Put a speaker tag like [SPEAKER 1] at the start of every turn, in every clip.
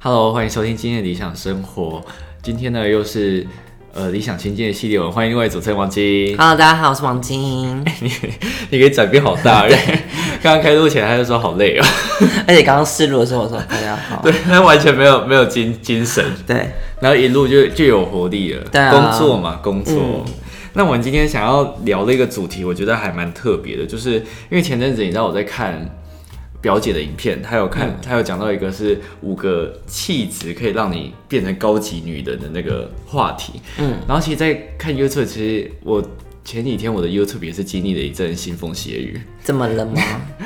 [SPEAKER 1] Hello，欢迎收听今天的理想生活。今天呢，又是呃理想情境的系列，我们欢迎另外主持人王晶。
[SPEAKER 2] Hello，大家好，我是王晶。
[SPEAKER 1] 你你给转变好大，对，刚刚开录前他就说好累哦，
[SPEAKER 2] 而且刚刚试录的时候，我说大家好。
[SPEAKER 1] 对，他完全没有没有精精神，
[SPEAKER 2] 对，
[SPEAKER 1] 然后一路就就有活力了。
[SPEAKER 2] 对啊
[SPEAKER 1] 工作嘛，工作。
[SPEAKER 2] 嗯
[SPEAKER 1] 那我们今天想要聊的一个主题，我觉得还蛮特别的，就是因为前阵子你知道我在看表姐的影片，她有
[SPEAKER 2] 嗯
[SPEAKER 1] 看，她有讲到一个是五个气质可以让你变成高级女人的那个话题。嗯，然后其实，在看 YouTube，其实我前几天我的 YouTube 也是经历了一阵腥风血雨。
[SPEAKER 2] 怎么 了吗？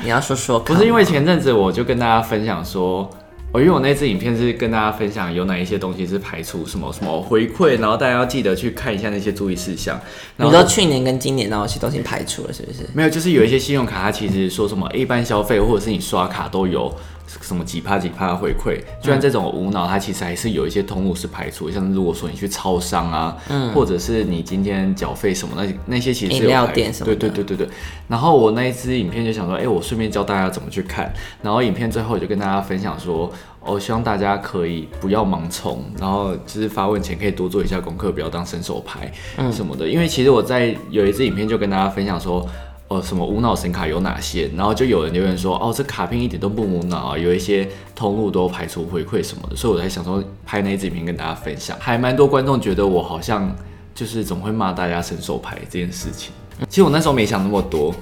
[SPEAKER 2] 你要说说看
[SPEAKER 1] 不
[SPEAKER 2] 吗。
[SPEAKER 1] 是因为前阵子我就跟大家分享说，哦，因为我那支影片是跟大家分享有哪一些东西是排除什么什么回馈，然后大家要记得去看一下那些注意事项。然
[SPEAKER 2] 你
[SPEAKER 1] 后
[SPEAKER 2] 说去年跟今年那些都已经排除了，是不是？
[SPEAKER 1] 没有，就是有一些信用卡，它其实说什么一般消费或者是你刷卡都有什么几趴几趴的回馈，就算这种无脑，它其实还是有一些通路是排除的，像是如果说你去超商啊，或者是你今天缴费什么，那那些其实是有
[SPEAKER 2] 嗯饮料
[SPEAKER 1] 排
[SPEAKER 2] 店什么的
[SPEAKER 1] 对对对对对。然后我那一支影片就想说，哎、我顺便教大家怎么去看，然后影片最后我就跟大家分享说。我、希望大家可以不要盲从，然后就是发问前可以多做一下功课，不要当伸手牌什么的。因为其实我在有一支影片就跟大家分享说，哦，什么无脑神卡有哪些？然后就有人留言说，哦，这卡片一点都不无脑啊，有一些通路都排除回馈什么的，所以我才想说拍那一支影片跟大家分享。还蛮多观众觉得我好像就是总会骂大家伸手牌这件事情。其实我那时候没想那么多，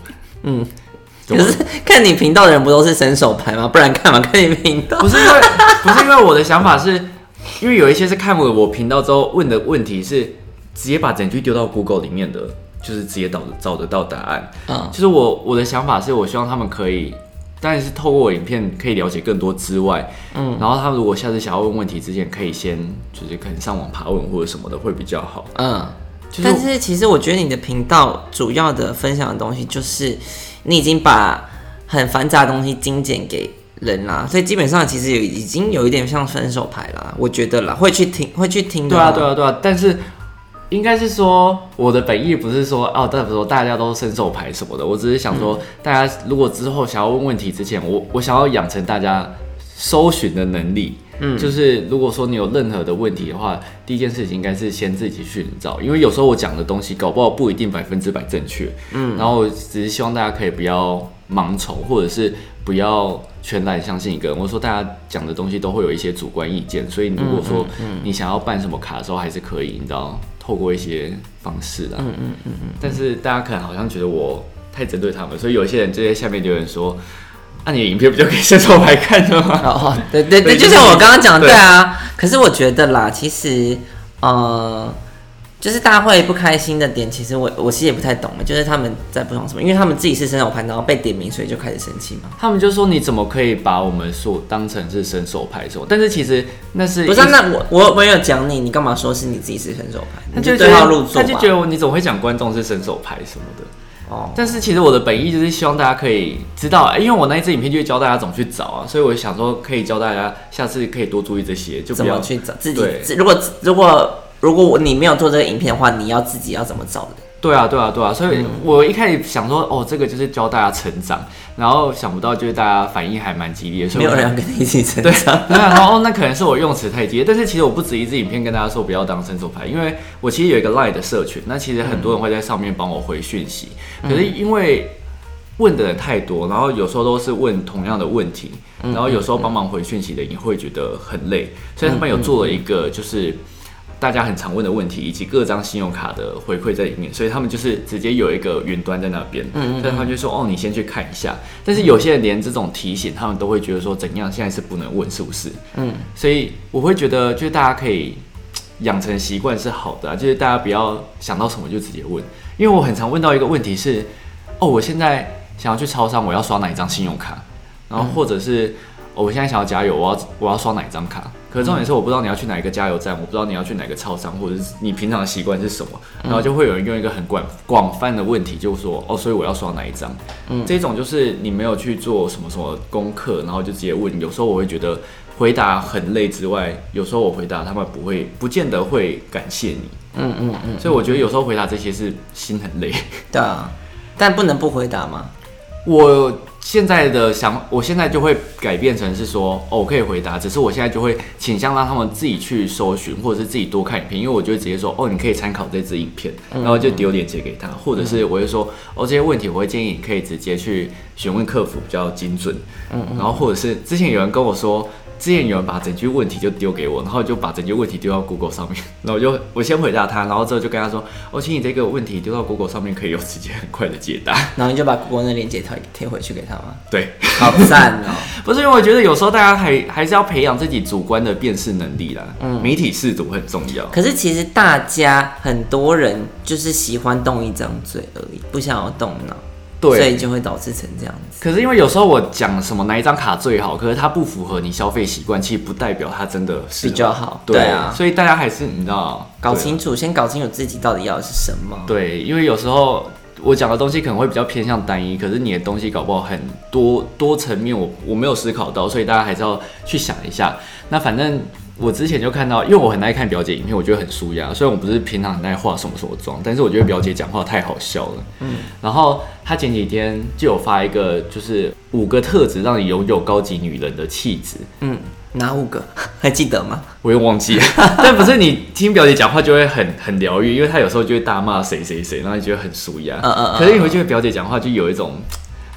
[SPEAKER 1] 怎
[SPEAKER 2] 可
[SPEAKER 1] 么
[SPEAKER 2] 是看你频道的人不都是伸手牌吗？不然干嘛看你频道？
[SPEAKER 1] 不是因为不是因为我的想法是，因为有一些是看我我频道之后问的问题是直接把整句丢到 Google 里面的，就是直接找找得到答案。
[SPEAKER 2] 嗯，
[SPEAKER 1] 就是我我的想法是，我希望他们可以，当然是透过我影片可以了解更多之外，嗯，然后他们如果下次想要问问题之前，可以先就是可能上网爬问或者什么的会比较好。
[SPEAKER 2] 嗯，
[SPEAKER 1] 就是
[SPEAKER 2] 但是其实我觉得你的频道主要的分享的东西，就是你已经把很繁杂的东西精简给人啦，所以基本上其实有已经有一点像分手牌啦，我觉得啦，会去听会去听的
[SPEAKER 1] 对
[SPEAKER 2] 啦。
[SPEAKER 1] 啊，对啊，对啊，但是应该是说我的本意不是说哦，但不是说大家都伸手牌什么的，我只是想说，大家如果之后想要问问题之前，我我想要养成大家搜寻的能力。嗯，就是如果说你有任何的问题的话，第一件事情应该是先自己寻找，因为有时候我讲的东西搞不好不一定百分之百正确。嗯，然后只是希望大家可以不要盲从，或者是不要全然相信一个人。我说大家讲的东西都会有一些主观意见，所以如果说你想要办什么卡的时候，还是可以，你知道，透过一些方式啦。嗯嗯嗯但是大家可能好像觉得我太针对他们，所以有一些人就在下面留言说：“那、你的影片不就可以伸手牌看的吗
[SPEAKER 2] 哦，对对对，
[SPEAKER 1] 对
[SPEAKER 2] 就
[SPEAKER 1] 就是
[SPEAKER 2] 像我刚刚讲的，
[SPEAKER 1] 对
[SPEAKER 2] 对啊。可是我觉得啦，其实呃，就是大家会不开心的点，其实我我其实也不太懂，就是他们在不爽什么，因为他们自己是伸手牌，然后被点名，所以就开始生气嘛。？”
[SPEAKER 1] 他们就说：“你怎么可以把我们说当成是伸手牌什么？”但是其实那是
[SPEAKER 2] 不是啊、那我我我有讲你，你干嘛说是你自己是伸手牌？
[SPEAKER 1] 他
[SPEAKER 2] 你
[SPEAKER 1] 就觉
[SPEAKER 2] 对号入
[SPEAKER 1] 得
[SPEAKER 2] 座
[SPEAKER 1] 他
[SPEAKER 2] 吧
[SPEAKER 1] 就觉得我你总会讲观众是伸手牌什么的。
[SPEAKER 2] 哦，
[SPEAKER 1] 但是其实我的本意就是希望大家可以知道，哎因为我那一支影片就会教大家怎么去找啊，所以我想说可以教大家下次可以多注意这些，就
[SPEAKER 2] 怎
[SPEAKER 1] 不
[SPEAKER 2] 么
[SPEAKER 1] 要
[SPEAKER 2] 去找自己
[SPEAKER 1] 对？
[SPEAKER 2] 自如果如果如果我你没有做这个影片的话，你要自己要怎么找的？
[SPEAKER 1] 对啊，对啊，对啊，所
[SPEAKER 2] 嗯
[SPEAKER 1] 以我一开始想说，哦，这个就是教大家成长，然后想不到就是大家反应还蛮激烈，所
[SPEAKER 2] 没
[SPEAKER 1] 以我
[SPEAKER 2] 有人要跟你一起成长。
[SPEAKER 1] 对啊，然后哦，那可能是我用词太激烈，但是其实我不止一支影片跟大家说不要当伸手牌，因为我其实有一个 Line 的社群，那其实很多人会在上面帮我回讯息，
[SPEAKER 2] 嗯
[SPEAKER 1] 可是因为问的人太多，然后有时候都是问同样的问题，
[SPEAKER 2] 嗯
[SPEAKER 1] 然后有时候帮忙回讯息的也会觉得很累，所以他们
[SPEAKER 2] 嗯
[SPEAKER 1] 有做了一个就是。大家很常问的问题，以及各张信用卡的回馈在里面，所以他们就是直接有一个云端在那边，所以他们就说哦，你先去看一下。但是有些人连这种提醒，他们都会觉得说怎样，现在是不能问，是不是？嗯，所以我会觉得，就是大家可以养成习惯是好的、啊，就是大家不要想到什么就直接问，因为我很常问到一个问题是，哦，我现在想要去超商，我要刷哪一张信用卡？然后或者是、哦我现在想要加油，我要我要刷哪一张卡？可是重点是我不知道你要去哪一个加油站，我不知道你要去哪个超商，或者是你平常的习惯是什么，然后就会有人用一个很广广泛的问题，就说哦，所以我要刷哪一张？嗯，这种就是你没有去做什么什么功课，然后就直接问，有时候我会觉得回答很累之外，有时候我回答他们不会，不见得会感谢你，
[SPEAKER 2] 嗯嗯嗯，
[SPEAKER 1] 所以我觉得有时候回答这些是心很累。
[SPEAKER 2] 对啊，但不能不回答嘛。
[SPEAKER 1] 我现在的想，我现在就会改变成是说，哦，我可以回答，只是我现在就会倾向让他们自己去搜寻，或者是自己多看影片，因为我就会直接说，哦，你可以参考这支影片，然后就丢链接给他，或者是我会说，哦，这些问题我会建议你可以直接去询问客服比较精准，嗯，然后或者是之前有人跟我说。之前有人把整句问题就丢给我，然后就把整句问题丢到 Google 上面， 然后我就我先回答他，然后之后就跟他说，哦，请你这个问题丢到 Google 上面可以有直接很快的解答。
[SPEAKER 2] 然后你就把 Google 那链接贴贴回去给他吗？
[SPEAKER 1] 对，
[SPEAKER 2] 好赞哦！
[SPEAKER 1] 不是因为我觉得有时候大家还还是要培养自己主观的辨识能力啦，嗯，媒体视读很重要。
[SPEAKER 2] 可是其实大家很多人就是喜欢动一张嘴而已，不想要动脑，
[SPEAKER 1] 对
[SPEAKER 2] 所以就会导致成这样子。
[SPEAKER 1] 可是因为有时候我讲什么哪一张卡最好，可是它不符合你消费习惯，其实不代表它真的是
[SPEAKER 2] 比较好
[SPEAKER 1] 对
[SPEAKER 2] 对啊
[SPEAKER 1] 所以大家还是你知道
[SPEAKER 2] 搞
[SPEAKER 1] 对
[SPEAKER 2] 清楚，先搞清楚自己到底要的是什么。
[SPEAKER 1] 对，因为有时候我讲的东西可能会比较偏向单一，可是你的东西搞不好很多多层面我，我没有思考到，所以大家还是要去想一下。那反正我之前就看到，因为我很爱看表姐影片，我觉得很舒压。虽然我不是平常很爱化什么什么妆，但是我觉得表姐讲话太好笑了。嗯，然后她前几天就有发一个，就是五个特质让你拥有高级女人的气质。
[SPEAKER 2] 嗯，哪五个？ 还记得吗？
[SPEAKER 1] 我又忘 记了，但不是你听表姐讲话就会很很疗愈，因为她有时候就会大骂谁谁谁，然后你觉得很舒压。
[SPEAKER 2] 嗯嗯嗯
[SPEAKER 1] 可是你会觉得表姐讲话就有一种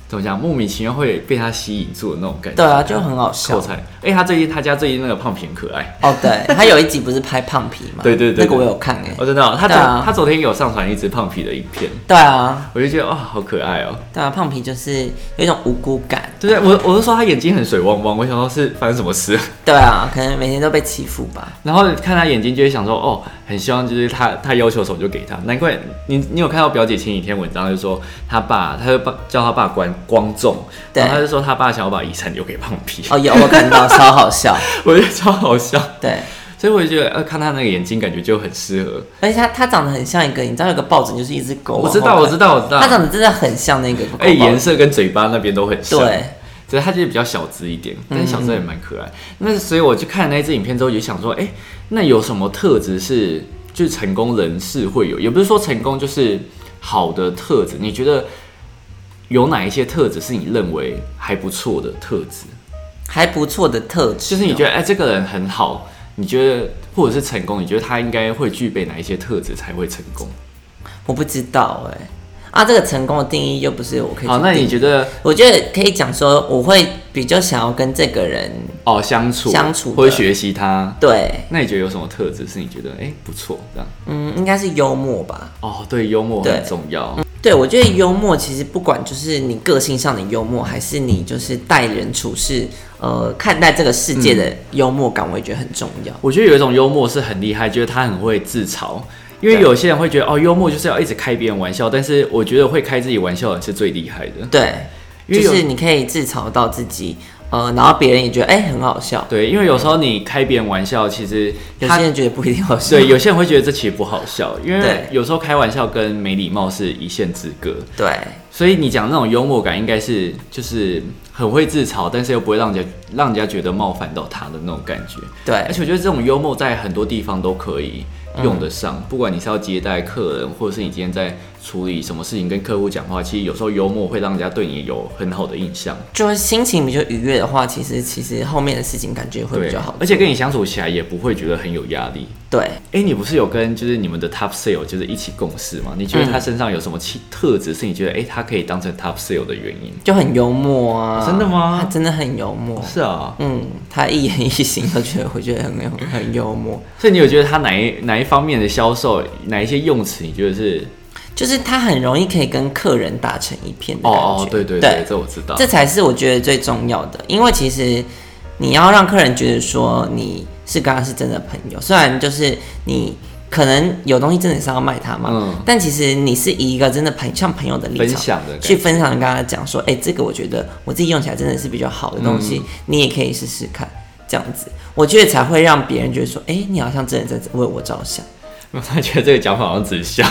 [SPEAKER 1] 怎么讲，莫名其妙会被她吸引住的那种感觉。
[SPEAKER 2] 对啊，就很好笑
[SPEAKER 1] 口。才。哎、她最近她家最近那个胖皮很可爱。
[SPEAKER 2] 哦，对，他有一集不是拍胖皮吗？
[SPEAKER 1] 对对对对
[SPEAKER 2] 那个我有看哎、
[SPEAKER 1] 哦，真的哦、她昨、
[SPEAKER 2] 对啊
[SPEAKER 1] 她昨天有上传一只胖皮的影片，
[SPEAKER 2] 对啊，
[SPEAKER 1] 我就觉得哇、好可爱哦。
[SPEAKER 2] 对啊，胖皮就是有一种无辜感。
[SPEAKER 1] 对不对？我我是说她眼睛很水汪汪，我想说是发生什么事。
[SPEAKER 2] 对啊，可能每天都被欺负吧。
[SPEAKER 1] 然后看她眼睛就会想说，哦，很希望就是她她要求什么就给她。难怪你你有看到表姐前几天文章就说她爸，她就爸叫她爸关光众，
[SPEAKER 2] 对
[SPEAKER 1] 然后她就啊说她爸想要把遗产留给胖皮，
[SPEAKER 2] 哦，有我看 到，超好笑。
[SPEAKER 1] 我觉得超好笑。
[SPEAKER 2] 对，
[SPEAKER 1] 所以我就觉得，呃，看她那个眼睛，感觉就很适合。
[SPEAKER 2] 而且他他长得很像一个，你知道有个抱枕就是一只狗，
[SPEAKER 1] 我知道，我知道，我知道
[SPEAKER 2] 他。长得真的很像那个狗。
[SPEAKER 1] 哎、颜色跟嘴巴那边都很像。
[SPEAKER 2] 对，
[SPEAKER 1] 只是它就是比较小资一点，
[SPEAKER 2] 嗯
[SPEAKER 1] 但是小资也蛮可爱。那所以我去看那支影片之后，就想说，哎、那有什么特质是就是成功人士会有？也不是说成功就是好的特质，你觉得有哪一些特质是你认为还不错的特质？
[SPEAKER 2] 还不错的特质。
[SPEAKER 1] 就是你觉得，哎、这个人很好，你觉得或者是成功，你觉得他应该会具备哪一些特质才会成功？
[SPEAKER 2] 我不知道哎、啊，这个成功的定义又不是我可以去
[SPEAKER 1] 好，那
[SPEAKER 2] 定
[SPEAKER 1] 你
[SPEAKER 2] 义
[SPEAKER 1] 觉得
[SPEAKER 2] 我觉得可以讲说，我会比较想要跟这个人
[SPEAKER 1] 哦，相处
[SPEAKER 2] 相处的
[SPEAKER 1] 或者学习他，
[SPEAKER 2] 对，
[SPEAKER 1] 那你觉得有什么特质是你觉得哎、诶不错这样？
[SPEAKER 2] 嗯，应该是幽默吧。
[SPEAKER 1] 哦，对，幽默
[SPEAKER 2] 对
[SPEAKER 1] 很重要。
[SPEAKER 2] 对，我觉得幽默其实不管就是你个性上的幽默，还是你就是待人处事，呃，看待这个世界
[SPEAKER 1] 嗯
[SPEAKER 2] 的幽默感，我也觉得很重要。
[SPEAKER 1] 我觉得有一种幽默是很厉害，就是他很会自嘲。因为
[SPEAKER 2] 对
[SPEAKER 1] 有些人会觉得哦，幽默就是要一直开别人玩笑，但是我觉得会开自己玩笑的是最厉害的。
[SPEAKER 2] 对，
[SPEAKER 1] 因为
[SPEAKER 2] 就
[SPEAKER 1] 有
[SPEAKER 2] 是你可以自嘲到自己，呃，然后别人也觉得哎、很好笑，
[SPEAKER 1] 对，因为有时候你开别人玩笑，其实
[SPEAKER 2] 有
[SPEAKER 1] 他
[SPEAKER 2] 些人觉得不一定好笑。
[SPEAKER 1] 对有些人会觉得这其实不好笑，因为
[SPEAKER 2] 对
[SPEAKER 1] 有时候开玩笑跟没礼貌是一线之隔。
[SPEAKER 2] 对
[SPEAKER 1] 所以你讲那种幽默感，应该是就是很会自嘲，但是又不会让人家让人家觉得冒犯到他的那种感觉。而
[SPEAKER 2] 对
[SPEAKER 1] 且我觉得这种幽默在很多地方都可以
[SPEAKER 2] 嗯
[SPEAKER 1] 用得上，不管你是要接待客人，或者是你今天在处理什么事情跟客户讲话，其实有时候幽默会让人家对你有很好的印象。
[SPEAKER 2] 就是心情比较愉悦的话，其实其实后面的事情感觉会比
[SPEAKER 1] 对
[SPEAKER 2] 较好，。
[SPEAKER 1] 而且跟你相处起来也不会觉得很有压力。
[SPEAKER 2] 对，
[SPEAKER 1] 哎、你不是有跟就是你们的 top sale 就是一起共事吗？你觉得他身上有什么气特质是你觉得哎、诶他可以当成 top sale 的原因？
[SPEAKER 2] 就很幽默啊。
[SPEAKER 1] 真的吗
[SPEAKER 2] 他真的很幽默。
[SPEAKER 1] 是啊，
[SPEAKER 2] 嗯，他一言一行都觉得，我觉得很有很幽默，
[SPEAKER 1] 所以你有觉得他哪一哪一方面的销售哪一些用词你觉得是？
[SPEAKER 2] 就是他很容易可以跟客人打成一片的
[SPEAKER 1] 哦
[SPEAKER 2] 感觉。
[SPEAKER 1] 哦，对对
[SPEAKER 2] 对
[SPEAKER 1] 对，这我知道。
[SPEAKER 2] 这才是我觉得最重要的，因为其实你要让客人觉得说你是跟他是真的朋友，虽然就是你可能有东西真的是要卖他嘛，
[SPEAKER 1] 嗯
[SPEAKER 2] 但其实你是以一个真的朋像朋友的立场
[SPEAKER 1] 分享的感觉
[SPEAKER 2] 去分享，跟他讲说，哎、这个我觉得我自己用起来真的是比较好的东西，
[SPEAKER 1] 嗯
[SPEAKER 2] 你也可以试试看。这样子，我觉得才会让别人觉得说，哎、你好像真的在为我着 想。
[SPEAKER 1] 我突然觉得这个讲法好像直销，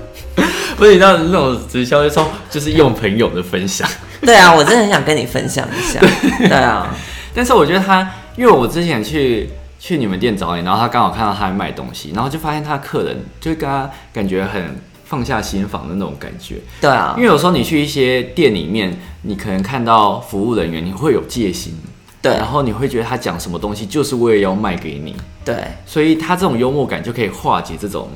[SPEAKER 1] 不是你知道那种直销就说就是用朋友的分享，
[SPEAKER 2] 对啊，我真的很想跟你分享一下。对啊，
[SPEAKER 1] 但是我觉得他，因为我之前去去你们店找你，然后他刚好看到他在卖东西，然后就发现他的客人就跟他感觉很放下心房的那种感觉。
[SPEAKER 2] 对啊
[SPEAKER 1] 因，为有时候你去一些店里面，你可能看到服务人员，你会有戒心，
[SPEAKER 2] 对啊
[SPEAKER 1] 然后你会觉得他讲什么东西就是为了要卖给你，
[SPEAKER 2] 对啊
[SPEAKER 1] 所以他这种幽默感就可以化解这种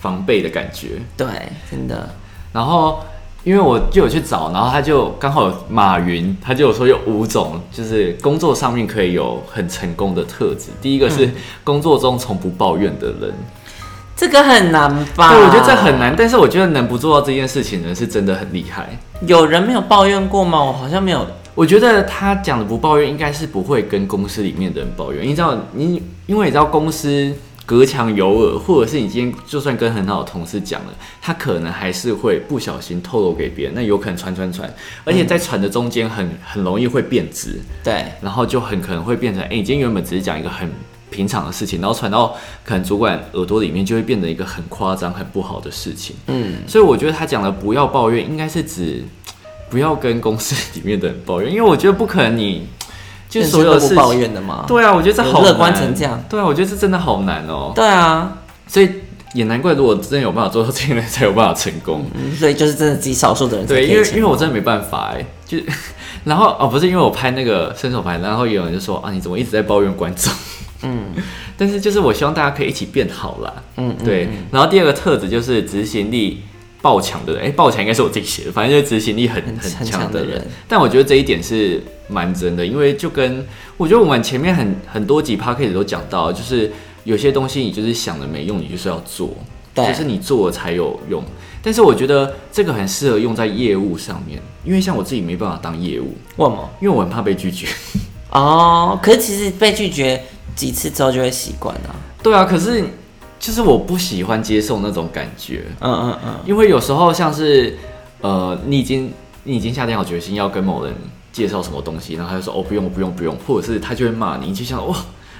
[SPEAKER 1] 防备的感觉。
[SPEAKER 2] 对，真的，
[SPEAKER 1] 然后因为我就有去找，然后他就刚好有马云，他就有说有五种，就是工作上面可以有很成功的特质。第一个是工作中从不抱怨的人，
[SPEAKER 2] 这个很难吧？
[SPEAKER 1] 对我觉得这很。难，但是我觉得能不做到这件事情的人是真的很厉害。
[SPEAKER 2] 有人没有抱怨过吗？我好像没有。
[SPEAKER 1] 我觉得他讲的不抱怨，应该是不会跟公司里面的人抱怨。你知道，你因为你知道公司隔墙有耳，或者是你今天就算跟很好的同事讲了，他可能还是会不小心透露给别人，那有可能传传传，而且在传的中间很很容易会变质，
[SPEAKER 2] 对
[SPEAKER 1] 然后就很可能会变成，哎、你今天原本只是讲一个很平常的事情，然后传到可能主管耳朵里面，就会变成一个很夸张、很不好的事情。
[SPEAKER 2] 嗯，
[SPEAKER 1] 所以我觉得他讲的不要抱怨，应该是指不要跟公司里面的人抱怨，因为我觉得不可能你就所有
[SPEAKER 2] 人
[SPEAKER 1] 的
[SPEAKER 2] 生
[SPEAKER 1] 事
[SPEAKER 2] 都不
[SPEAKER 1] 情
[SPEAKER 2] 抱。怨的吗？
[SPEAKER 1] 对啊，我觉得这好
[SPEAKER 2] 有乐
[SPEAKER 1] 难
[SPEAKER 2] 观成这样。
[SPEAKER 1] 对啊，我觉得这真的好难哦。
[SPEAKER 2] 对啊，
[SPEAKER 1] 所以也难怪，如果真的有办法做到这一点，才有办法成功。
[SPEAKER 2] 嗯所以就是真的极少数的人才可
[SPEAKER 1] 嗯对，
[SPEAKER 2] 以
[SPEAKER 1] 因为
[SPEAKER 2] 成
[SPEAKER 1] 因为我真的没办法哎，就是然后哦，不是因为我拍那个伸手牌，然后有人就说啊，你怎么一直在抱怨观众？
[SPEAKER 2] 嗯
[SPEAKER 1] 但是就是我希望大家可以一起变好啦。
[SPEAKER 2] 嗯嗯
[SPEAKER 1] 对，然后第二个特质就是执行力爆强的人，哎、爆强应该是我自己写的，反正就是执行力很
[SPEAKER 2] 很
[SPEAKER 1] 很
[SPEAKER 2] 很
[SPEAKER 1] 强
[SPEAKER 2] 强的
[SPEAKER 1] 的人
[SPEAKER 2] 人。
[SPEAKER 1] 但我觉得这一点是蛮真的，因为就跟我觉得我们前面很很多集 p o c a s t 都讲到，就是有些东西你就是想了没用，你就是要做，
[SPEAKER 2] 对
[SPEAKER 1] 就是你做了才有用。但是我觉得这个很适合用在业务上面，因为像我自己没办法当业务，
[SPEAKER 2] 问吗？
[SPEAKER 1] 因为我很怕被拒绝。
[SPEAKER 2] 哦，可是其实被拒绝几次之后就会习惯了。
[SPEAKER 1] 对啊，可是就是我不喜欢接受那种感觉。
[SPEAKER 2] 嗯嗯嗯，
[SPEAKER 1] 因为有时候像是，呃，你已经你已经下定好决心要跟某人介绍什么东西，然后他就说哦不用不用不用，或者是他就会骂你，你就想哇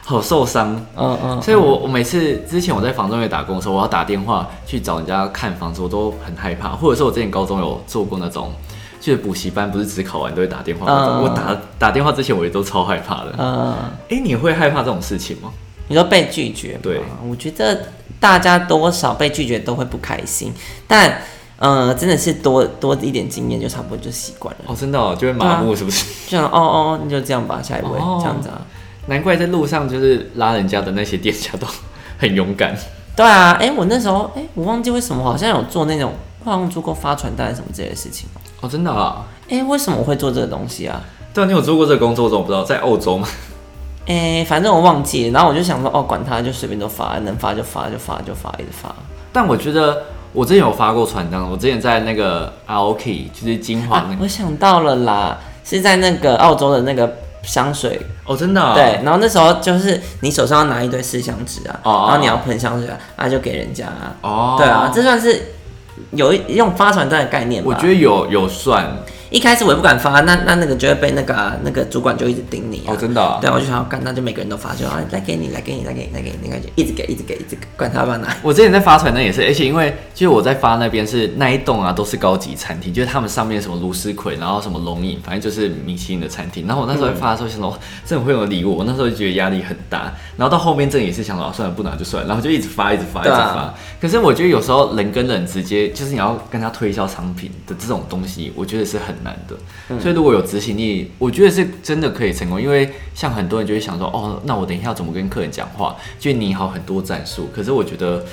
[SPEAKER 1] 好受伤。
[SPEAKER 2] 嗯嗯，
[SPEAKER 1] 所以我我每次之前我在房仲业打工的时候，我要打电话去找人家看房子，我都很害怕。或者是我之前高中有做过那种，就是补习班不是只考完都会打电话那种，
[SPEAKER 2] 嗯
[SPEAKER 1] 我打打电话之前我也都超害怕的。
[SPEAKER 2] 嗯，
[SPEAKER 1] 哎、你会害怕这种事情吗？
[SPEAKER 2] 你说被拒绝吗，
[SPEAKER 1] 对
[SPEAKER 2] 我觉得大家多少被拒绝都会不开心，但呃，真的是多多一点经验就差不多就习惯了，
[SPEAKER 1] 哦，真的、哦、就会麻木是不是？
[SPEAKER 2] 就想哦哦，那就这样吧，下一位、
[SPEAKER 1] 哦
[SPEAKER 2] 这样子啊。
[SPEAKER 1] 难怪在路上就是拉人家的那些店家都 很勇敢。
[SPEAKER 2] 对啊，哎、我那时候哎、我忘记为什么好像有做那种跨行做过发传单什么之类的事情哦。
[SPEAKER 1] 哦，真的啊？
[SPEAKER 2] 哎、为什么我会做这个东西啊？
[SPEAKER 1] 对啊，你有做过这个工作，我怎么不知道？在澳洲吗？
[SPEAKER 2] 哎、反正我忘记了，然后我就想说，哦，管他，就随便都发，能发就发，就发就发，一直发。啊
[SPEAKER 1] 但我觉得我之前有发过传单，我之前在那个 ROK，就是金华那
[SPEAKER 2] 啊，
[SPEAKER 1] 个。
[SPEAKER 2] 我想到了啦，是在那个澳洲的那个香水
[SPEAKER 1] 哦，真的、啊？
[SPEAKER 2] 对，。然后那时候就是你手上要拿一堆试香纸啊，
[SPEAKER 1] 哦
[SPEAKER 2] 然后你要喷香水啊，啊就给人家啊，
[SPEAKER 1] 哦，
[SPEAKER 2] 对啊，这算是有一用发传单的概念吧。
[SPEAKER 1] 我觉得有有算
[SPEAKER 2] 一开始我也不敢发，那那那个就会被那个啊、那个主管就一直盯你、啊。
[SPEAKER 1] 哦，真的、啊。
[SPEAKER 2] 对，我就想要干，那就每个人都发，就啊来给你，来给你，来给你，来给你，那个就一直给，一直给，一直给，管他要不要拿。
[SPEAKER 1] 我之前在发传单也是，而且因为就是我在发那边是那一栋啊都是高级餐厅，就是他们上面什么卢思奎，然后什么龙影，反正就是明星的餐厅。然后我那时候在发的时候想
[SPEAKER 2] 嗯
[SPEAKER 1] 说，真的会有礼物，我那时候就觉得压力很大。然后到后面真的也是想说，啊算了不拿就算了，然后就一直发一直发一直
[SPEAKER 2] 对啊
[SPEAKER 1] 发。可是我觉得有时候人跟人直接就是你要跟他推销商品的这种东西，我觉得是很难的。所以如果有执行力，我觉得是真的可以成功。因为像很多人就会想说，哦，那我等一下要怎么跟客人讲话，就拟好很多战术。可是我觉得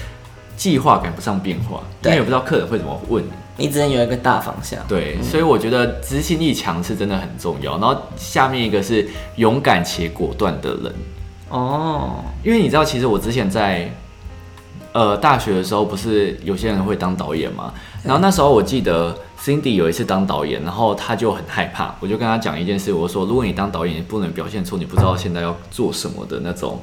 [SPEAKER 1] 计划赶不上变化，因
[SPEAKER 2] 对
[SPEAKER 1] 为也不知道客人会怎么问你。
[SPEAKER 2] 你只能有一个大方向。
[SPEAKER 1] 对，所以我觉得执行力强是真的很重要。然后下面一个是勇敢且果断的人，
[SPEAKER 2] 哦，
[SPEAKER 1] 因为你知道，其实我之前在呃大学的时候，不是有些人会当导演嘛？然后那时候我记得 Cindy 有一次当导演，然后他就很害怕，我就跟他讲一件事，我说如果你当导演，你不能表现出你不知道现在要做什么的那种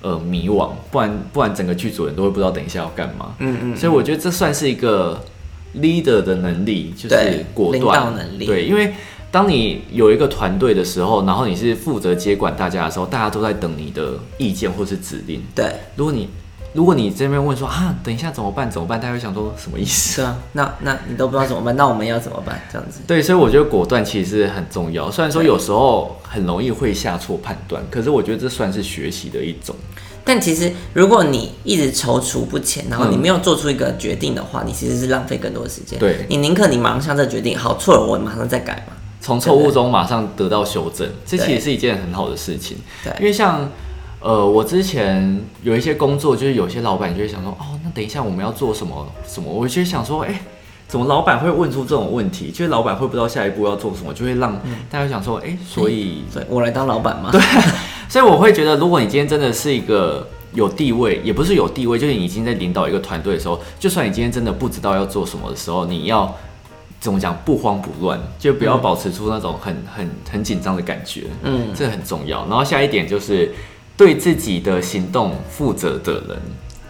[SPEAKER 1] 呃迷惘，不然不然整个剧组人都会不知道等一下要干嘛。
[SPEAKER 2] 嗯嗯，
[SPEAKER 1] 所以我觉得这算是一个 leader 的能力，就是
[SPEAKER 2] 对
[SPEAKER 1] 果
[SPEAKER 2] 领导
[SPEAKER 1] 断
[SPEAKER 2] 能力
[SPEAKER 1] 对，因为当你有一个团队的时候，然后你是负责接管大家的时候，大家都在等你的意见或是指令。
[SPEAKER 2] 对，
[SPEAKER 1] 如果你如果你这边问说啊，等一下怎么办？怎么办？大家会想说什么意 思？
[SPEAKER 2] 是啊，那那你都不知道怎么办，那我们要怎么办？这样子。
[SPEAKER 1] 对，所以我觉得果断其实是很重要。虽然说有时候很容易会下错判断，可是我觉得这算是学习的一种。
[SPEAKER 2] 但其实如果你一直踌躇不前，然后你
[SPEAKER 1] 嗯
[SPEAKER 2] 没有做出一个决定的话，你其实是浪费更多的时间。
[SPEAKER 1] 对
[SPEAKER 2] 你宁可你马上下这决定，好错了我马上再改嘛。
[SPEAKER 1] 从错误中马上得到修正，这
[SPEAKER 2] 对
[SPEAKER 1] 其实是一件很好的事情。
[SPEAKER 2] 对
[SPEAKER 1] 因为像呃，我之前有一些工作，就是有些老板就会想说，哦，那等一下我们要做什么什么，我就想说，哎、怎么老板会问出这种问题？就是老板会不知道下一步要做什么，就会让大家想说，哎、所以
[SPEAKER 2] 所以我来当老板嘛。
[SPEAKER 1] 所以我会觉得，如果你今天真的是一个有地位，也不是有地位，就是你已经在领导一个团队的时候，就算你今天真的不知道要做什么的时候，你要怎么讲不慌不乱，就不要保持出那种很 很很紧张的感觉，
[SPEAKER 2] 嗯，
[SPEAKER 1] 这很重要。然后下一点就是对自己的行动负责的人，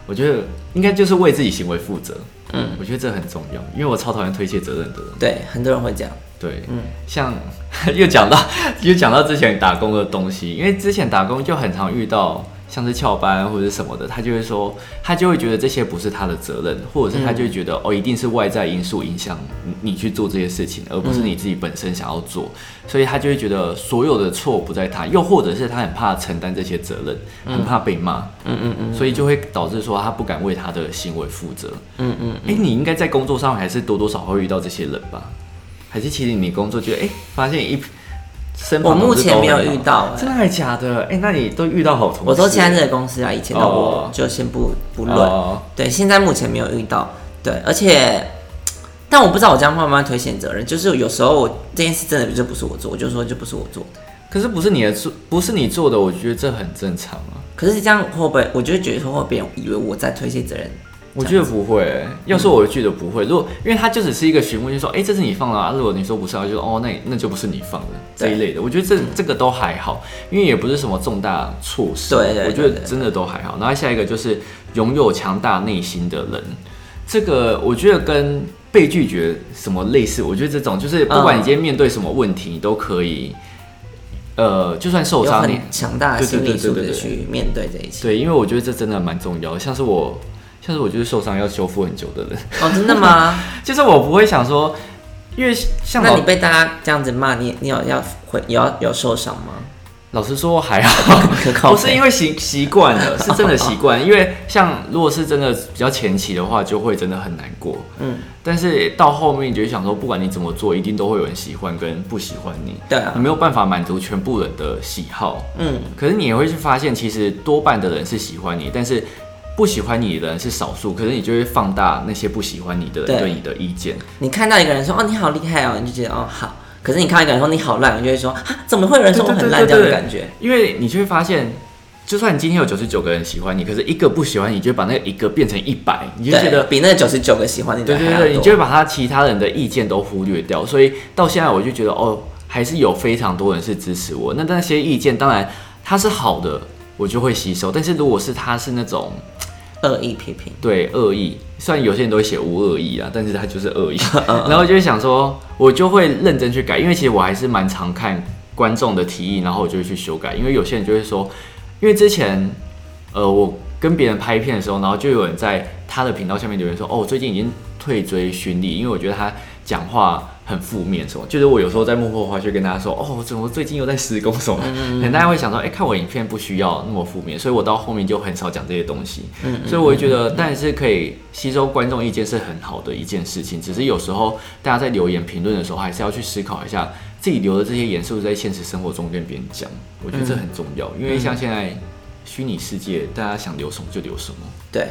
[SPEAKER 1] 我觉得应该就是为自己行为负责。嗯，我觉得这很重要，因为我超讨厌推卸责任的人。
[SPEAKER 2] 对，很多人会这样。
[SPEAKER 1] 对，像 又讲到又讲到之前打工的东西，因为之前打工就很常遇到像是翘班或者什么的，他就会说，他就会觉得这些不是他的责任，或者是他就会觉得、哦，一定是外在因素影响你你去做这些事情，而不是你自己本身想要做，所以他就会觉得所有的错不在他，又或者是他很怕承担这些责任，很怕被骂，嗯嗯嗯，所以就会导致说他不敢为他的行为负责。
[SPEAKER 2] 嗯嗯，
[SPEAKER 1] 哎、你应该在工作上还是多多少少会遇到这些人吧？还是其实你工作觉得哎、诶发现一身旁
[SPEAKER 2] 我目
[SPEAKER 1] 同事都
[SPEAKER 2] 前没有
[SPEAKER 1] 很好
[SPEAKER 2] 遇到欸
[SPEAKER 1] 真的还假的？哎、那你都遇到好同事？
[SPEAKER 2] 我都签这个公司啊，以前的我
[SPEAKER 1] 哦
[SPEAKER 2] 就先不不论。
[SPEAKER 1] 哦
[SPEAKER 2] 对，现在目前没有遇到。对，而且，但我不知道我这样慢慢推卸责任，就是有时候我这件事真的就不是我做，我就说就不是我做的。
[SPEAKER 1] 可是不是你的做，不是你做的，我觉得这很正常啊。
[SPEAKER 2] 可是这样会不会，我就会觉得说会别人以为我在推卸责任？
[SPEAKER 1] 我觉得不会、要是我觉得不会。如果因为他就只是一个询问，就说哎、诶这是你放的啊？如果你说不是啊，就说哦，那那就不是你放的这一类的。我觉得
[SPEAKER 2] 嗯
[SPEAKER 1] 这这个都还好，因为也不是什么重大措施。
[SPEAKER 2] 对对
[SPEAKER 1] 我觉
[SPEAKER 2] 对
[SPEAKER 1] 得真的都还好。然后下一个就是拥有强大内心的人，这个我觉得跟被拒绝什么类似。我觉得这种
[SPEAKER 2] 嗯
[SPEAKER 1] 就是不管你今天面对什么问题，你都可以，呃，就算受
[SPEAKER 2] 有
[SPEAKER 1] 伤，你
[SPEAKER 2] 很强大的
[SPEAKER 1] 对对
[SPEAKER 2] 心理
[SPEAKER 1] 对对
[SPEAKER 2] 素
[SPEAKER 1] 对
[SPEAKER 2] 质
[SPEAKER 1] 对
[SPEAKER 2] 去面对这一切。
[SPEAKER 1] 对，因为我觉得这真的蛮重要的。像是我，像是我就是受伤要修复很久的人。
[SPEAKER 2] 哦，真的 吗？
[SPEAKER 1] 就是我不会想说，因为像
[SPEAKER 2] 那
[SPEAKER 1] 老
[SPEAKER 2] 你被大家这样子骂，你你有要会有要有受伤吗？
[SPEAKER 1] 老实说还 好，不是因为习习惯了，是真的习惯。因为像如果是真的比较前期的话，就会真的很难过。
[SPEAKER 2] 嗯，
[SPEAKER 1] 但是到后面你就会想说，不管你怎么做，一定都会有人喜欢跟不喜欢你，
[SPEAKER 2] 对啊
[SPEAKER 1] 你，没有办法满足全部人的喜好。
[SPEAKER 2] 嗯，
[SPEAKER 1] 可是你也会去发现，其实多半的人是喜欢你，但是不喜欢你的人是少数。可是你就会放大那些不喜欢你的
[SPEAKER 2] 对
[SPEAKER 1] 人对你的意见。
[SPEAKER 2] 你看到一个人说哦你好厉害哦，你就觉得哦好，可是你看到一个人说你好烂，你就会说啊怎么会有人说我很烂这
[SPEAKER 1] 对
[SPEAKER 2] 样
[SPEAKER 1] 对对对
[SPEAKER 2] 的感觉？
[SPEAKER 1] 因为你就会发现，就算你今天有九十九个人喜欢你，可是一个不喜欢你，就会把那一个变成一百，你就
[SPEAKER 2] 对
[SPEAKER 1] 觉得。
[SPEAKER 2] 比那九十九个喜欢你的
[SPEAKER 1] 对
[SPEAKER 2] 还
[SPEAKER 1] 对
[SPEAKER 2] 要
[SPEAKER 1] 对，你
[SPEAKER 2] 多
[SPEAKER 1] 就会把他其他人的意见都忽略掉，所以到现在我就觉得哦，还是有非常多人是支持我。那那些意见，当然它是好的，我就会吸收。但是如果是他是那种
[SPEAKER 2] 恶意批评。
[SPEAKER 1] 对恶意，虽然有些人都会写无恶意啊，但是他就是恶意。然后就会想说，我就会认真去改，因为其实我还是蛮常看观众的提议，然后我就会去修改。因为有些人就会说，因为之前呃我跟别人拍片的时候，然后就有人在他的频道下面留言说，哦，我最近已经退追巡礼，因为我觉得他讲话。很负面什么，就是我有时候在幕后花絮跟大家说，哦，怎么最近又在施工什么的， 可能大家会想说，哎、看我影片不需要那么负面，所以我到后面就很少讲这些东西。所以我就觉得，但是可以吸收观众意见是很好的一件事情，只是有时候大家在留言评论的时候，还是要去思考一下自己留的这些言是不是在现实生活中跟别人讲，我觉得这很重要，因为像现在虚拟世界，大家想留什么就留什么。
[SPEAKER 2] 对，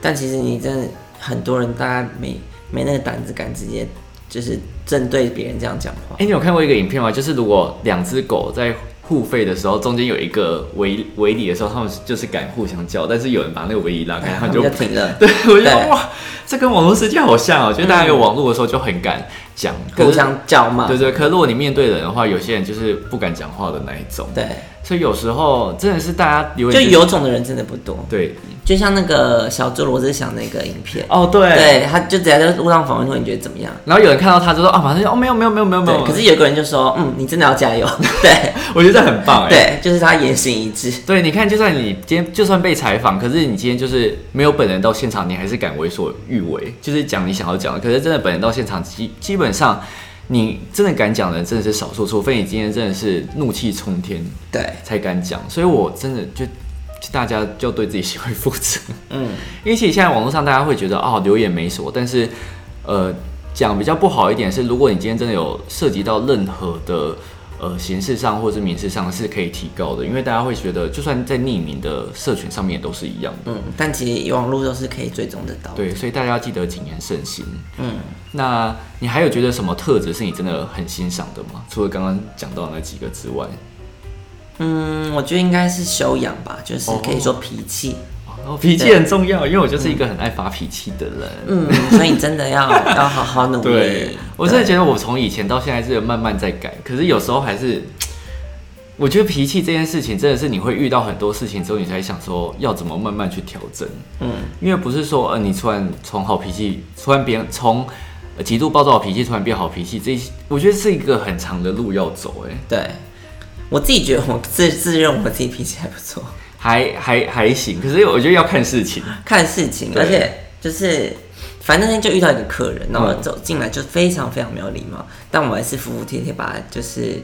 [SPEAKER 2] 但其实你真的很多人，大家没没那个胆子敢直接就是针对别人这样讲话
[SPEAKER 1] 哎、。你有看过一个影片吗？就是如果两只狗在互吠的时候，中间有一个围围篱的时候，它们就是敢互相叫，但是有人哎把那个围篱拉开，它
[SPEAKER 2] 他
[SPEAKER 1] 们
[SPEAKER 2] 们
[SPEAKER 1] 就
[SPEAKER 2] 就停了，
[SPEAKER 1] 对，我觉得
[SPEAKER 2] 对
[SPEAKER 1] 哇，这跟网络世界好像哦、觉得大家有网络的时候就很敢讲，可
[SPEAKER 2] 互
[SPEAKER 1] 是
[SPEAKER 2] 相叫骂。
[SPEAKER 1] 对对，可是如果你面对人的话，有些人就是不敢讲话的那一种，
[SPEAKER 2] 对，
[SPEAKER 1] 所以有时候真的是大家留
[SPEAKER 2] 就
[SPEAKER 1] 言是
[SPEAKER 2] 有种的人真的不多。
[SPEAKER 1] 对
[SPEAKER 2] 就像那个小猪罗志祥那个影片，
[SPEAKER 1] 哦对
[SPEAKER 2] 对，他就直接在路上访问说你觉得怎么样？
[SPEAKER 1] 然后有人看到他就说啊，马上就哦没有没有没有没有没有，
[SPEAKER 2] 对，可是有个人就说，嗯，你真的要加油。对
[SPEAKER 1] 我觉得这很棒 哎，
[SPEAKER 2] 对，就是他言行一致。
[SPEAKER 1] 对，你看就算你今天就算被采访，可是你今天就是没有本人到现场，你还是敢为所欲为，就是讲你想要讲的，可是真的本人到现场基基本上。你真的敢讲的人真的是少数，除非你今天真的是怒气冲天
[SPEAKER 2] 对，
[SPEAKER 1] 才敢讲。所以我真的就大家就对自己行为负责。
[SPEAKER 2] 嗯，
[SPEAKER 1] 因为其实现在网络上大家会觉得哦，留言没什么，但是呃，讲比较不好一点是，如果你今天真的有涉及到任何的呃刑事上或是民事上是可以提高的，因为大家会觉得，就算在匿名的社群上面也都是一样的。
[SPEAKER 2] 嗯，但其实网络都是可以追踪得到。，
[SPEAKER 1] 对，所以大家要记得谨言慎行。
[SPEAKER 2] 嗯，
[SPEAKER 1] 那你还有觉得什么特质是你真的很欣赏的吗？除了刚刚讲到那几个之外，
[SPEAKER 2] 嗯，我觉得应该是修养吧，就是可以说脾气。
[SPEAKER 1] 哦，脾气很重要，因为我就是一个很爱发脾气的人。
[SPEAKER 2] 嗯，所以你真的要要好好努
[SPEAKER 1] 对
[SPEAKER 2] 力。，
[SPEAKER 1] 我真的觉得我从以前到现在是慢慢在改，可是有时候还是，我觉得脾气这件事情真的是你会遇到很多事情之后，你才想说要怎么慢慢去调整。
[SPEAKER 2] 嗯，
[SPEAKER 1] 因为不是说呃你突然从好脾气，突然变从呃极度暴躁的脾气突然变好脾气，这我觉得是一个很长的路要走、哎，
[SPEAKER 2] 对，我自己觉得我自自认我自己脾气还不错，
[SPEAKER 1] 还还还行，可是我觉得要看事情。
[SPEAKER 2] 看事情，
[SPEAKER 1] 对
[SPEAKER 2] 而且就是反正那天就遇到一个客人，然后
[SPEAKER 1] 嗯
[SPEAKER 2] 走进来就非常非常没有礼貌，但我还是服服帖帖把就是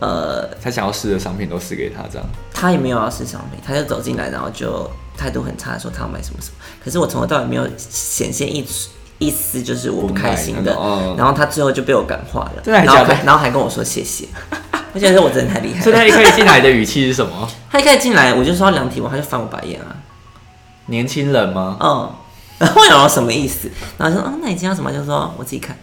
[SPEAKER 2] 呃
[SPEAKER 1] 他想要试的商品都试给他，这样
[SPEAKER 2] 他也没有要试商品，他就走进来，然后就态度很差的说他要买什么什么。可是我从头到尾没有显现一丝一丝就是我不开心的
[SPEAKER 1] 不耐那种嗯，
[SPEAKER 2] 然后他最后就被我感化了，
[SPEAKER 1] 真的还
[SPEAKER 2] 然后
[SPEAKER 1] 假的
[SPEAKER 2] 还然后还跟我说谢谢，我觉得我真的太厉害
[SPEAKER 1] 所以
[SPEAKER 2] 了。
[SPEAKER 1] 他一开始进来的语气是什么？
[SPEAKER 2] 他一开始进来我就说要量体温，他就翻我白眼啊，
[SPEAKER 1] 年轻人吗？
[SPEAKER 2] 嗯， 然后我想说什么意思？然后就说啊，那你今天要什么？他就说我自己看。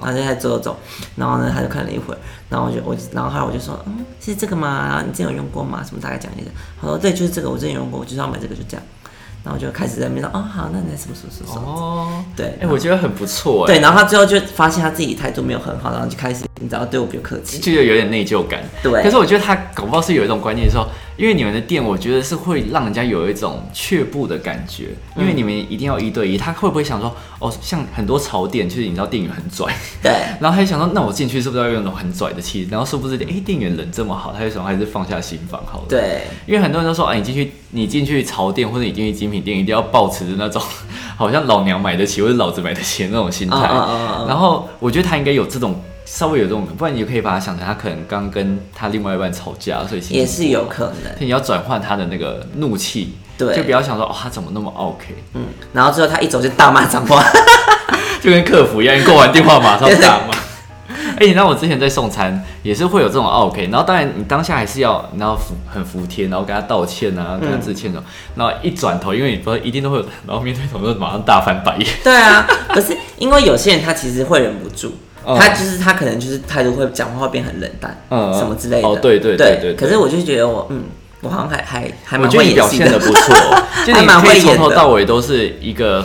[SPEAKER 2] 然后就在走走走，然后呢，他就看了一会儿，然后我就我就，然后后来我就说，嗯，是这个吗？然后你之前有用过吗？什么大概讲一下。他说对，就是这个，我之前用过，我就是要买这个，就这样。然后我就开始在那边说，哦，好，那你来什么什么什么什么。
[SPEAKER 1] 哦，
[SPEAKER 2] 对
[SPEAKER 1] 哎、我觉得很不错、哎。
[SPEAKER 2] 对，然后他最后就发现他自己态度没有很好，然后就开始，你知道，对我比较客气。
[SPEAKER 1] 就有点内疚感。
[SPEAKER 2] 对
[SPEAKER 1] 可是我觉得他搞不好是有一种观念说，因为你们的店，我觉得是会让人家有一种却步的感觉，因为你们一定要一对一。他会不会想说，哦，像很多潮店，就是你知道店员很拽，
[SPEAKER 2] 对，
[SPEAKER 1] 然后他就想说，那我进去是不是要用那种很拽的气质？然后殊不知，哎、店员人这么好，他就想还是放下心防好了。。
[SPEAKER 2] 对，
[SPEAKER 1] 因为很多人都说，哎、你进去，你进去潮店或者你进去精品店，一定要保持着那种 好像老娘买得起或者老子买得起的那种心态。
[SPEAKER 2] 嗯嗯嗯嗯
[SPEAKER 1] 然后我觉得他应该有这种稍微有这种，不然你就可以把他想成他可能刚跟他另外一半吵架，所以心情
[SPEAKER 2] 也是有可能。
[SPEAKER 1] 所以你要转换他的那个怒气，
[SPEAKER 2] 对
[SPEAKER 1] 就不要想说哦他怎么那么 OK，
[SPEAKER 2] 嗯，然后最后他一走就大骂脏话。
[SPEAKER 1] 就跟客服一样，你挂完电话马上打嘛。 哎、你知道我之前在送餐也是会有这种哦 OK，然后当然你当下还是要，然后服很服帖，然后跟他道歉啊，跟他致歉什么，然后一转头，因为你不知道一定都会有，然后面对同事马上大翻白眼。
[SPEAKER 2] 对啊，不是因为有些人他其实会忍不住，
[SPEAKER 1] 嗯
[SPEAKER 2] 他就是他可能就是态度会讲话会变很冷淡，
[SPEAKER 1] 嗯嗯
[SPEAKER 2] 什么之类的。
[SPEAKER 1] 哦对对对
[SPEAKER 2] 对
[SPEAKER 1] 对对
[SPEAKER 2] 可是我就觉得我嗯，我好像还还还
[SPEAKER 1] 我
[SPEAKER 2] 蛮
[SPEAKER 1] 觉得
[SPEAKER 2] 会
[SPEAKER 1] 你表
[SPEAKER 2] 演戏
[SPEAKER 1] 现的不错， 就
[SPEAKER 2] 还
[SPEAKER 1] 你
[SPEAKER 2] 蛮
[SPEAKER 1] 可以
[SPEAKER 2] 会
[SPEAKER 1] 从
[SPEAKER 2] 演
[SPEAKER 1] 头到
[SPEAKER 2] 的。
[SPEAKER 1] 尾都是一个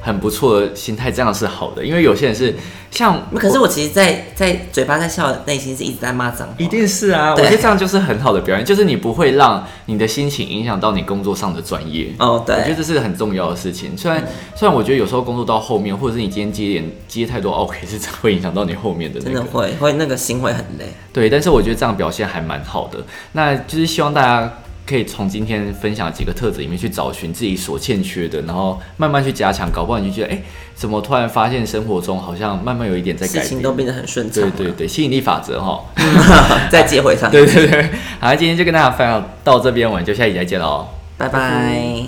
[SPEAKER 1] 很不错的心态，这样是好的。因为有些人是像，
[SPEAKER 2] 嗯可是我其实在，在嘴巴在笑，内心是一直在骂脏话。
[SPEAKER 1] 一定是啊，我
[SPEAKER 2] 对
[SPEAKER 1] 觉得这样就是很好的表演，就是你不会让你的心情影响到你工作上的专业。
[SPEAKER 2] 哦，
[SPEAKER 1] 我觉得
[SPEAKER 2] 对，
[SPEAKER 1] 这是很重要的事情。虽然虽然我觉得有时候工作到后面，或者是你今天接连接太多 OK，是真的会影响到你后面的那
[SPEAKER 2] 真
[SPEAKER 1] 个
[SPEAKER 2] 的会会那个心会很累。
[SPEAKER 1] 对，但是我觉得这样表现还蛮好的。那就是希望大家可以从今天分享的几个特质里面去找寻自己所欠缺的，然后慢慢去加强，搞不好你就觉得，哎、怎么突然发现生活中好像慢慢有一点在
[SPEAKER 2] 事
[SPEAKER 1] 改
[SPEAKER 2] 情
[SPEAKER 1] 变
[SPEAKER 2] 都。变得很顺畅
[SPEAKER 1] 对
[SPEAKER 2] 了，
[SPEAKER 1] 对对，吸引力法则哈。
[SPEAKER 2] 再接回上，
[SPEAKER 1] 哦对对对，好，今天就跟大家分享到这边，我们就下期再见喽。
[SPEAKER 2] 拜拜。